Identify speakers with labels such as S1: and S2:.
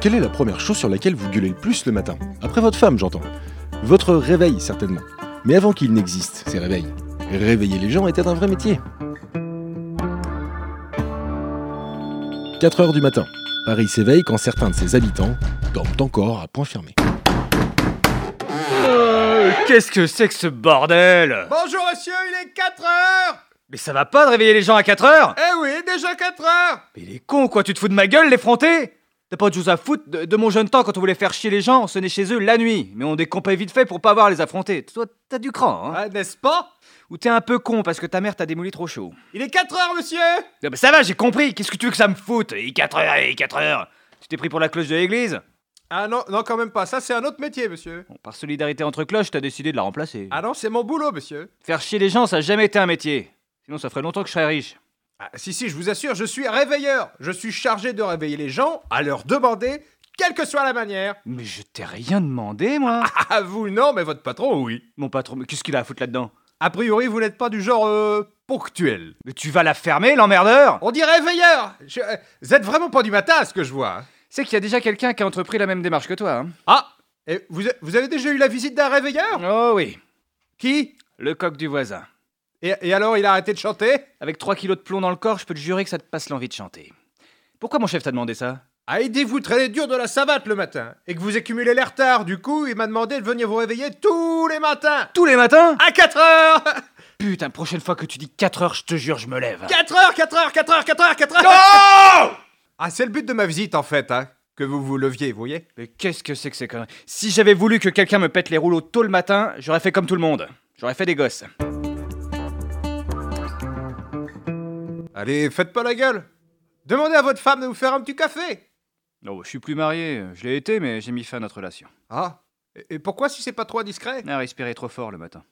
S1: Quelle est la première chose sur laquelle vous gueulez le plus le matin Après votre femme, j'entends. Votre réveil, certainement. Mais avant qu'il n'existe, ces réveils, réveiller les gens était un vrai métier. 4 heures du matin. Paris s'éveille quand certains de ses habitants dorment encore à point fermé.
S2: Euh, Qu'est-ce que c'est que ce bordel
S3: Bonjour monsieur, il est 4 heures
S2: Mais ça va pas de réveiller les gens à 4 heures
S3: Eh oui, déjà 4 heures
S2: Mais il est con quoi, tu te fous de ma gueule, les frontés T'as pas de chose à foutre de, de mon jeune temps quand on voulait faire chier les gens, on sonnait chez eux la nuit, mais on décompait vite fait pour pas avoir les affronter. Toi, t'as du cran, hein
S3: Ah, n'est-ce pas
S2: Ou t'es un peu con parce que ta mère t'a démoli trop chaud.
S3: Il est 4 heures monsieur
S2: Non mais ça va, j'ai compris, qu'est-ce que tu veux que ça me foute Et 4 heures, et 4 heures Tu t'es pris pour la cloche de l'église
S3: Ah non, non quand même pas, ça c'est un autre métier monsieur.
S2: Bon, Par solidarité entre cloches, t'as décidé de la remplacer.
S3: Ah non, c'est mon boulot monsieur.
S2: Faire chier les gens, ça a jamais été un métier. Sinon, ça ferait longtemps que je serais riche.
S3: Ah, si si, je vous assure, je suis réveilleur. Je suis chargé de réveiller les gens à leur demander, quelle que soit la manière.
S2: Mais je t'ai rien demandé, moi
S3: Ah vous non, mais votre patron oui.
S2: Mon patron, mais qu'est-ce qu'il a à foutre là-dedans
S3: A priori, vous n'êtes pas du genre euh, ponctuel.
S2: Mais tu vas la fermer, l'emmerdeur
S3: On dit réveilleur Je- euh, Vous êtes vraiment pas du matin à ce que je vois. hein.
S2: C'est qu'il y a déjà quelqu'un qui a entrepris la même démarche que toi. hein.
S3: Ah et vous, a- vous avez déjà eu la visite d'un réveilleur
S2: Oh oui,
S3: Qui
S2: le coq du voisin.
S3: et, et alors il a arrêté de chanter
S2: Avec 3 kilos de plomb dans le corps, je peux te jurer que ça te passe l'envie de chanter. Pourquoi mon chef t'a demandé ça
S3: Ah, il dit que vous traînez dur de la savate le matin et que vous accumulez les retards. Du coup, il m'a demandé de venir vous réveiller tous les matins.
S2: Tous les matins
S3: À 4 heures
S2: Putain, prochaine fois que tu dis 4 heures, je te jure, je me lève.
S3: 4 heures, 4 heures, 4 heures, 4 heures, 4 heures
S2: Oh
S3: Ah, c'est le but de ma visite en fait, hein. Que vous vous leviez, vous voyez
S2: Mais qu'est-ce que c'est que ces conneries Si j'avais voulu que quelqu'un me pète les rouleaux tôt le matin, j'aurais fait comme tout le monde. J'aurais fait des gosses.
S3: Allez, faites pas la gueule. Demandez à votre femme de vous faire un petit café.
S2: Non, Oh, je suis plus marié. Je l'ai été, mais j'ai mis fin à notre relation.
S3: Ah, et, et pourquoi si c'est pas trop discret
S2: À respirer trop fort le matin.